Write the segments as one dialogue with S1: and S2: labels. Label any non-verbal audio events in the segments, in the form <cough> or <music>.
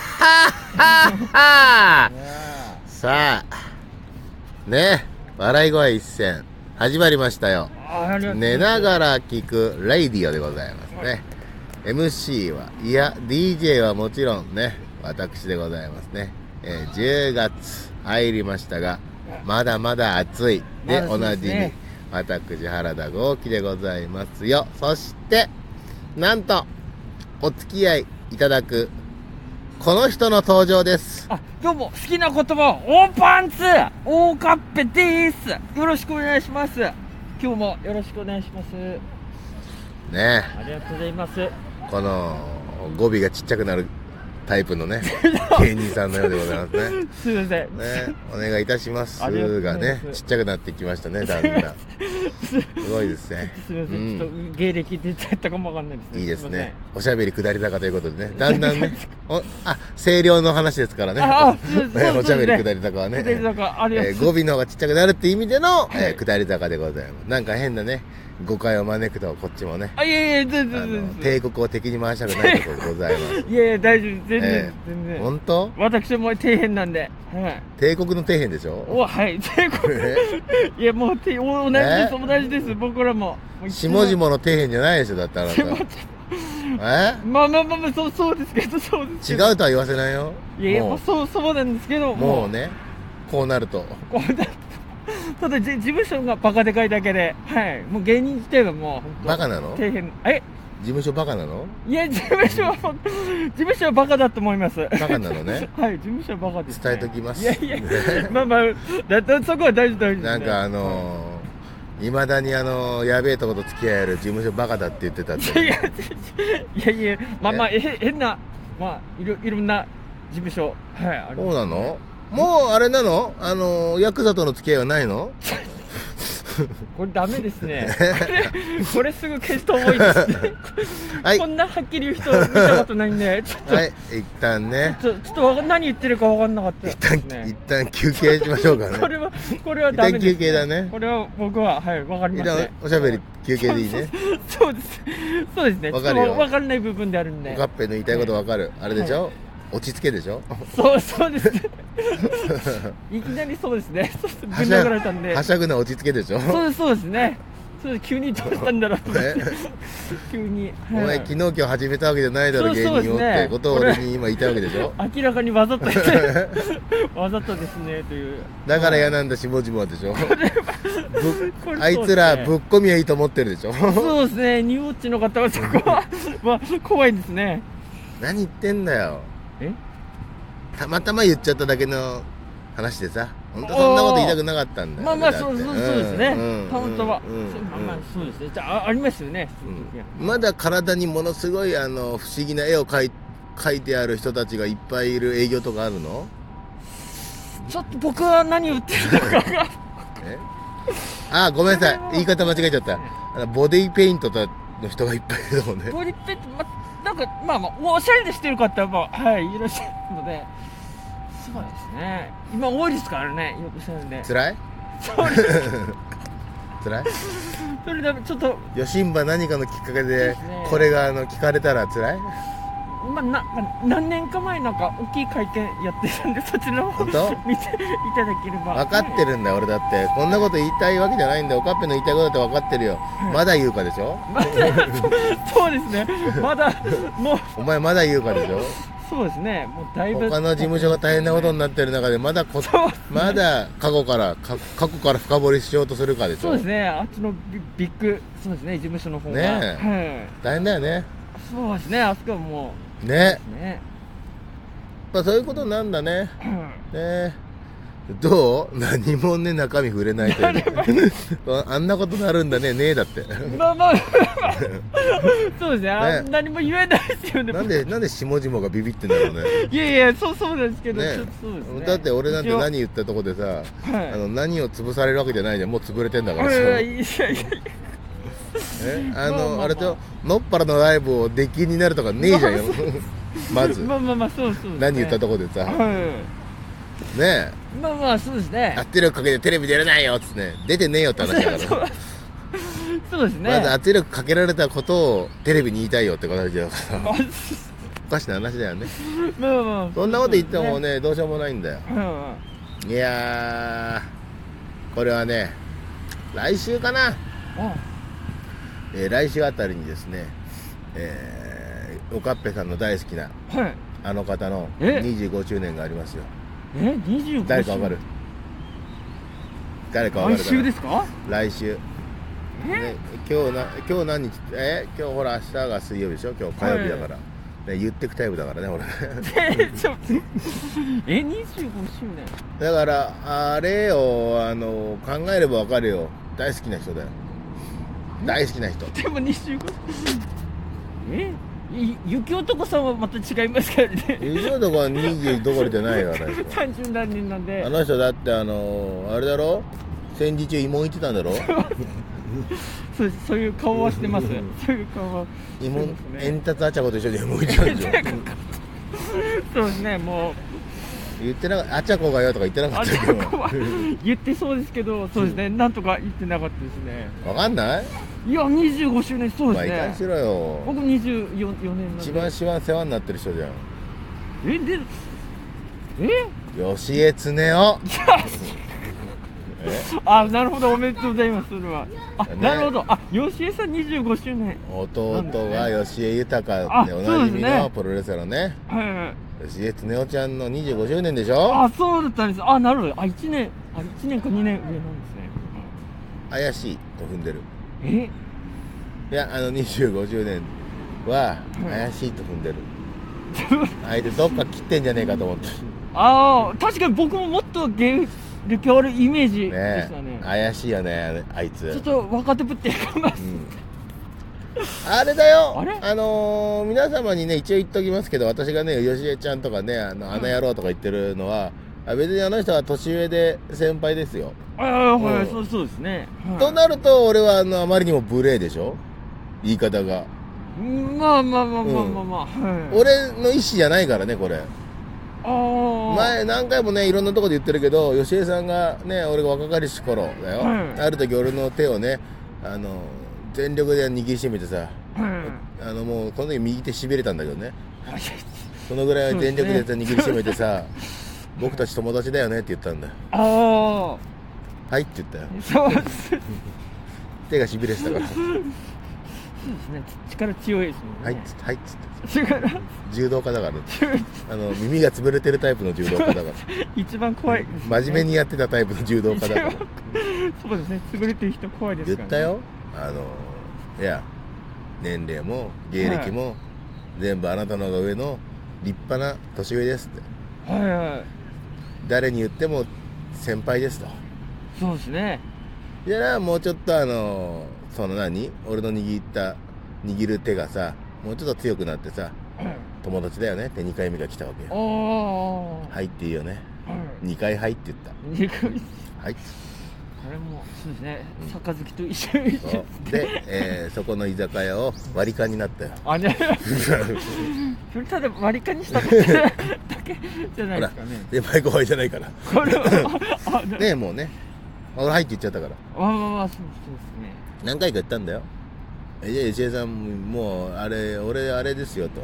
S1: ははは
S2: ね
S1: さあ、ね、笑い声一戦、始まりましたよ
S2: え。あありがとう
S1: 寝ながら聞くラディオでございますね。MC は、いや、DJ はもちろんね、私でございますね。えー10月入りましたが、まだまだ暑い。で、
S2: まだ
S1: お
S2: そうで
S1: な
S2: す
S1: じ
S2: ね
S1: み、私原田豪輝でございますよ。そして、なんと、お付き合いいただく、この人の登場です。
S2: あどうも好きな言葉オーパンツオーカッペですよろしくお願いします今日もよろしくお願いします
S1: ねえ
S2: ありがとうございます
S1: この語尾がちっちゃくなるタイプ
S2: <laughs>
S1: のね芸人さんのようでございますね
S2: すいません、
S1: ねお願いいたします
S2: ありがとうござ
S1: が
S2: います
S1: ねちっちゃくなってきましたねだんだんすごいですね
S2: すいません、
S1: うん
S2: ちょっと芸歴出ちゃったかもわかんないですね
S1: いいです
S2: ません
S1: ねおしゃべり下り坂ということでねだんだんねおあ声量の話ですからね
S2: ああそうです
S1: ね
S2: そう
S1: お
S2: です
S1: しゃべり下り坂はね
S2: 下り坂ありがとう
S1: えー語尾の方がちっちゃくなるって意味での、えー下り坂でございますなんか変なね誤解を招くとこっちもね
S2: あいやいや全然
S1: あの
S2: 全
S1: 帝
S2: 然
S1: 国を敵に回したくないところございます
S2: いやいや大丈夫全然、
S1: ええ
S2: 全然
S1: 本当
S2: 私も底辺なんではい
S1: 帝国の底辺でしょ
S2: おはい帝国
S1: え
S2: いやもうてお同じです、
S1: ね
S2: 同じです僕らももう
S1: 下
S2: 一番
S1: 々の底辺じゃないでしょだってあな
S2: 下々
S1: た
S2: まあまあまあまあそうそうですけどそうです
S1: え
S2: けど
S1: 違うとは言わせないよ
S2: いやいや
S1: も
S2: もうそうそうなんですけど
S1: うもうねこうなると
S2: こうだただじ事務所がバカでかいだけではいもう芸人自体はもう本当
S1: バカなの事
S2: 底辺え
S1: 務所バカなの
S2: いや事務所
S1: <laughs>
S2: はほん事務所はバカだと思います
S1: バカなの
S2: <laughs>
S1: ね
S2: はい事務所はバカです、
S1: 伝えときます
S2: いやいやまあまあだってそこは大事大事
S1: なんかあのいまだにあのやべえとこと付き合える事務所バカだって言ってたっ
S2: いやい
S1: て
S2: やいやいやまあまあえ変なまあいろいろんな事務所はいあり
S1: そ
S2: ま
S1: う
S2: す
S1: なのもうあれなのあのヤクザとの付き合いはないの
S2: これダメで
S1: <laughs>
S2: すねこれこれすぐ消した方がいいですね
S1: はい
S2: こんなはっきり言う人見たことないんで、ちょっと、
S1: はい一旦ね
S2: ちょちょっとわかん何言ってるかわかんなかった
S1: 一
S2: で
S1: 旦
S2: す
S1: 一
S2: <laughs> ね。
S1: 旦休憩しましょうかね
S2: これは、これはダメです、
S1: 一旦休憩だね
S2: これは僕は、はい、わかり
S1: 一
S2: ません、
S1: 旦おしゃべり休憩でいいね
S2: そうです。そうですね。
S1: わかるよ
S2: ちょっとわかんない部分であるん
S1: オ
S2: で
S1: カッ。ペの言いたいことわかる、あれでしょ、落ち着けでしょ
S2: そう、そうです。
S1: <laughs>
S2: いきなりそうですね。そうです。ぶん
S1: はしゃ
S2: 殴られたんで
S1: は。しゃぐな落ち着けでしょ
S2: そうです、そうですね。そうです。急にどうしたんだろうと思って
S1: ね
S2: 急に。
S1: お前
S2: はい
S1: 昨日今日始めたわけじゃないだろ
S2: そう
S1: 芸
S2: そう
S1: 人をっ
S2: ですね
S1: てことを
S2: これ
S1: 俺に今言いたいわけでしょ
S2: 明らかにわざとですわざとですね、という。
S1: だから嫌なんだ下々はでしょぶっ
S2: これ
S1: あいつらぶっこみはいいと思ってるでしょ <laughs>
S2: そうですね、ニューオッチの方はそこは、まあ、怖いですね。
S1: 何言ってんだよ
S2: え
S1: たまたま言っちゃっただけの話でさ本当そんなこと言いたくなかったんだよ
S2: まあまあ、
S1: だって
S2: そうそうそうですね
S1: んうん。
S2: たまたま
S1: うんうん。
S2: そうまあまあ、そうですね。じゃあ、あありますよね。そういう時は
S1: まだ体にものすごいあの不思議な絵を描い描いてある人たちがいっぱいいる営業とかあるの
S2: ちょっと僕は何を言ってるのかが。
S1: えあごめんなさい言い方間違えちゃったあのボディペイントとの人がいっぱいいるの <laughs> ね
S2: ポリペって、ま、なんか、まあまあ、おしゃれでしてる方も、はい、いらっしゃるので、そうですね。今多いですからね、よくおっしゃるんで。
S1: 辛い
S2: そうです
S1: 辛い
S2: それで、ちょっと、
S1: 余震波何かのきっかけ
S2: で
S1: です
S2: ね
S1: これがあの聞かれたら辛い
S2: まあ、な、な何年か前なんか、大きい会見やってたんで、そちらを
S1: 本
S2: 見て
S1: 当
S2: いただければ。
S1: 分かってるんだよ俺だってこんなこと言いたいわけじゃないんだよおかっぺの言いたいことだって分かってるよまだ言うかでしょ
S2: まだ、 <laughs> そうですね。まだ、もう、
S1: お前まだ言うかでしょ
S2: そうですね。もうだいぶ。
S1: 他の事務所が大変なことになってる中でまだこ
S2: そう
S1: まだ過去からか過去から深掘りしようとするかでしょ
S2: そうですね。あっちのビビッグ、そうですね。事務所の方が。
S1: ね
S2: はい。
S1: 大変だよね
S2: そうですね。あそこはも
S1: ね
S2: う、ね。 <laughs>
S1: まあそういうことなんだね
S2: うん
S1: ねどう何もね中身触れないというね <laughs> あんなことなるんだねねえだって
S2: まあまあ、 <laughs> そうですね。あ
S1: ね
S2: 何も言えないですよね。
S1: なんでなんで下々がビビってんだろうね
S2: いやいや、そうそう <laughs> なんですけど、
S1: ね
S2: ちょっとそうですね。
S1: だって俺なんて
S2: 一応
S1: 何言ったとこでさ、
S2: はい
S1: あの何を潰されるわけじゃないじゃんもう潰れてんだから
S2: い
S1: さ、
S2: やいやいやいや
S1: えあ
S2: まあまあ
S1: の
S2: まあ
S1: あれとのっぱらのライブを出禁になるとかねえ
S2: <laughs>
S1: じゃんよまず
S2: まあまあまあ、そうそうですね。
S1: 何言ったと
S2: こ
S1: こでさ、
S2: は
S1: ね
S2: い。まあまあ、そうです
S1: え
S2: ね。
S1: 圧力かけてテレビ出れないよっつってね出てねえよって話だから、
S2: そうですね。 <laughs>
S1: まず圧力かけられたことをテレビに言いたいよって話だからさ
S2: あ
S1: おかしな話だよね
S2: まあまあ
S1: そんなこと言ってもねどうしようもないんだよ
S2: うんうん
S1: いやーこれはね来週かな、
S2: あ
S1: えー来週あたりにですねえー、おかっぺさんの大好きな
S2: はい
S1: あの方の
S2: え
S1: 25周年がありますよ
S2: え25
S1: 誰かわかる誰かわか
S2: 毎
S1: るかな
S2: 週ですか
S1: 来週ね、今日な今日何日え今日ほら明日が水曜日でしょ今日火曜日だから、ね、言ってくタイプだからね俺 <laughs>
S2: えちょっとえ25周年
S1: だからあれをあの考えればわかるよ大好きな人だよ大好きな人
S2: でも25えい雪男さんはまた違いますからね
S1: 優勝とかは20どころじゃないよ
S2: <laughs>
S1: 私は
S2: 30何人なんで
S1: あの人だってあのあれだろ戦時中芋行ってたんだ
S2: <laughs>
S1: ろ
S2: そうそういう顔はしてますそういう顔は
S1: 芋
S2: そうですね
S1: 円達あちゃこと一緒に芋行ってたんでしょ
S2: そうですねもう
S1: 言ってなかったあちゃこがよとか言ってなか
S2: あ
S1: っ
S2: ち
S1: たけ
S2: ゃ
S1: ど
S2: こは言ってそうですけどそうですねなんとか言ってなかったですね
S1: わかんない
S2: いや25周年そう
S1: 毎
S2: で
S1: 回
S2: す
S1: し
S2: ね
S1: ろよ
S2: 僕24 4年なん
S1: 一
S2: で
S1: 番一番世話になってる人じゃん
S2: えでえ
S1: 吉江恒夫
S2: あなるほどおめでとうございますそれはあ、
S1: ね
S2: なるほどあ吉江さん25周年
S1: 弟が吉江豊
S2: あ
S1: でおなじみ
S2: そうです
S1: の
S2: ね
S1: プロレスラーのね
S2: はいはいはい
S1: 吉江恒夫ちゃんの25周年でしょ
S2: あそうだったんですあなるほどあ1年あ一年か2年上なんですね
S1: 怪しいと踏んでる
S2: え <laughs>
S1: いやあの25周年は
S2: はい
S1: 怪しいと踏んでる相手どっか切ってんじゃねえかと思って
S2: ああ確かに僕ももっと芸歴あるイメージで
S1: ね
S2: したね
S1: 怪しいよねあいつ
S2: ちょっと若手ぶってかま
S1: う
S2: す
S1: んあれだよ
S2: あれ
S1: のー皆様にね一応言っときますけど私がね吉江ちゃんとかねあの穴野郎とか言ってるのは、あ別にあの人は年上で先輩ですよ、
S2: ああはい、
S1: うん
S2: そうそうですね、はい
S1: となると俺はあのあまりにも無礼でしょ言い方が、
S2: まあまあまあまあまあまあ、はい
S1: 俺の意思じゃないからねこれ
S2: ああ
S1: 前何回もねいろんなとこで言ってるけど吉江さんがね俺が若かりし頃だよ、
S2: はい
S1: ある時俺の手をねあの全力で握りしめてさ
S2: はい
S1: あのもうこの時右手しびれたんだけどね
S2: あいや
S1: そのぐらい全力で
S2: そ
S1: 握りしめてさ、 <laughs> 僕たち友達だよねって言ったんだよ
S2: あ
S1: はいって言ったよ
S2: あそうですそう
S1: 手がしびれてたから
S2: ですね力強いですもんね
S1: はいっつってはいっつって
S2: 力
S1: 柔道家
S2: <laughs>
S1: だからあの耳が潰れてるタイプの柔道家だから
S2: 一番怖いですね、
S1: 真面目にやってたタイプの柔道家だ
S2: <laughs>
S1: から
S2: そうですね優れてる人怖いです
S1: 言
S2: から、
S1: っ
S2: ね、
S1: たよあのいや年齢も芸歴も、全部あなたの方が上の立派な年上ですって
S2: はいはい
S1: 誰に言っても先輩ですと
S2: そうですね
S1: じゃあもうちょっとあのその何俺の握った握る手がさもうちょっと強くなってさ友達だよねって2回目が来たわけ
S2: ああ
S1: よ「
S2: は
S1: はい」って言うよね
S2: い
S1: 2回「はい」って言った
S2: 二回
S1: 「はい」
S2: あれもそうですね杯と一緒に
S1: そうで、えーそこの居酒屋を割り勘になったよ <laughs>
S2: あねそれただ割り勘にしただけだけじゃな
S1: ほ
S2: いで
S1: ら
S2: すかね
S1: で前後輩じゃないから
S2: これはああ
S1: ねもうね俺「はい」って言っちゃったから
S2: まあまあまあそうそうですね
S1: 何回か言ったんだよえじゃあ吉江さんもうあれ俺あれですよと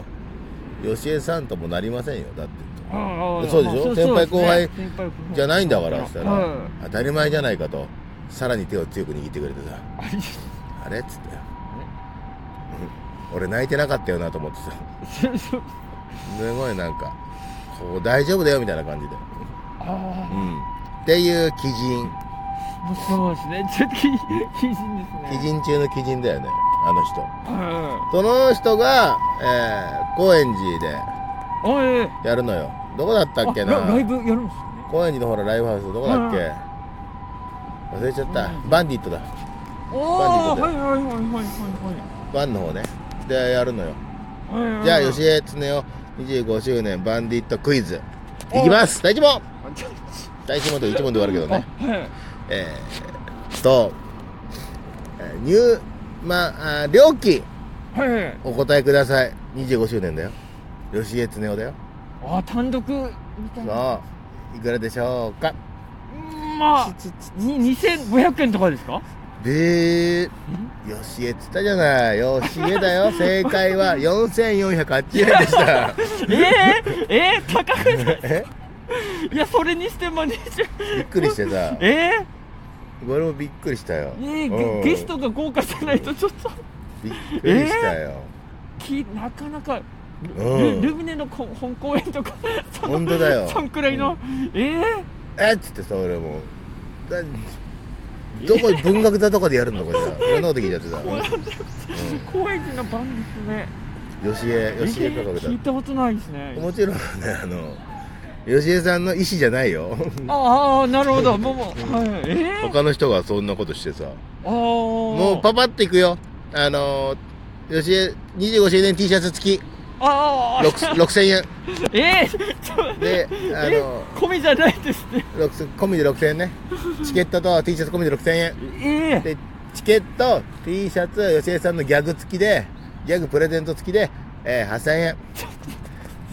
S1: 吉江さんともなりませんよだって
S2: ああああ
S1: そうでしょ
S2: まあ
S1: 先輩後輩
S2: そうですね先輩後輩
S1: じゃないんだからっつったら、
S2: はい
S1: 当たり前じゃないかとさらに手を強く握ってくれてさあれっつってうん俺泣いてなかったよなと思ってさ
S2: そうそう
S1: すごいなんかこう大丈夫だよみたいな感じで、う
S2: あ
S1: ん、っていう鬼人
S2: あそうですねちょっとき基準ですね
S1: 鬼人中の鬼人だよねあの人
S2: は
S1: その人が、えー、高円寺で
S2: いおい
S1: やるのよどこだったっけな
S2: あラライブやるんですよね
S1: 高円寺のほらライブハウスどこだっけ
S2: うん
S1: 忘れちゃったバンディットだ
S2: お
S1: バン
S2: お
S1: デ
S2: はいはいはいはい
S1: バンの方ねでやるのよ
S2: はいはいはい
S1: じゃあ吉江恒夫25周年バンディットクイズいきます第1問第1問と1問で終わるけどね
S2: あはい
S1: えー、っと、えー入まあ料金
S2: はいはい
S1: お答えください25周年だよ吉江恒夫だよ
S2: あ単独みたいな
S1: そういくらでしょうか
S2: うんまあに2500円とかですか
S1: で、よしえって言ったじゃない。よしえだ
S2: <laughs>
S1: よ。正解は4408円でした。
S2: えー、えー、高くない
S1: え
S2: いやそれにしてマネージャー
S1: びっくりしてさ。
S2: えー
S1: 俺もびっくりしたよ。
S2: ねえ
S1: うん
S2: ゲゲストが豪華じゃないとちょっと
S1: びっくりしたよ。
S2: きなかなかル,ル、
S1: うん
S2: ルミネのこ本公演とかそ
S1: 本当だよ
S2: そんくらいの、ええ
S1: えっつってさ、俺も。だどこ文学座とかでやるのこれさ。俺のこと聞いちゃってさ。
S2: 高円寺のバンですね
S1: よしえ、よしえ
S2: え
S1: か
S2: ー
S1: けた
S2: 聞い。たことないですね
S1: もちろんね、あの、よしえさんの意思じゃない
S2: <laughs>
S1: よ。
S2: ああなるほどもうもう、はい、ええ
S1: 他の人がそんなことしてさ。
S2: ああも
S1: もうパパっていくよ。あのー、よしえ、25周年 T シャツ付き、
S2: ああ
S1: 6 6000円。
S2: ええちょ
S1: で、あ
S2: え
S1: の
S2: 込みじゃないですね
S1: ー、6込みで6000円ね。チケットと T シャツ込みで6000円。
S2: ええ
S1: で、チケット、T シャツ、よしえさんのギャグ付きで、ギャグプレゼント付きで、えー、8000円。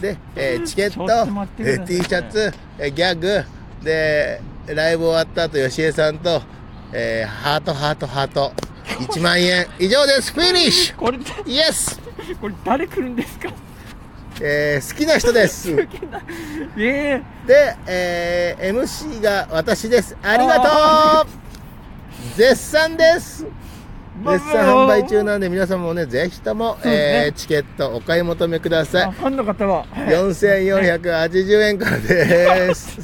S1: で、えーチケット
S2: ちょっと待っ、てくだ
S1: え
S2: さ
S1: ー
S2: い
S1: T シャツ、えーギャグ、で、ライブ終わった後、よしえさんと、えーハート、ハート、ハート。1万円。以上です。フィニッシ
S2: これ
S1: ュイエス
S2: これ誰来るんですか
S1: えー好きな人です。で、
S2: ええ
S1: えー MC が私です。あり
S2: あ
S1: がとう絶賛です
S2: まあ
S1: 絶賛販売中なんで皆様もね、ぜひとも、
S2: そうですね
S1: えーチケットお買い求めくだ
S2: あ
S1: さい。
S2: ファンの方は、はい
S1: 4480円からです。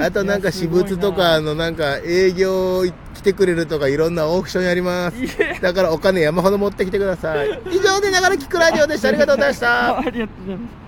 S1: あとなんか私物と
S2: いや
S1: か、あのなんか営業来てくれるとかいろんなオークションやります。だからお金山ほど持ってきてください。以上で流れ聞くラジオでした。ありがとうございました。
S2: <laughs> ありがとうございます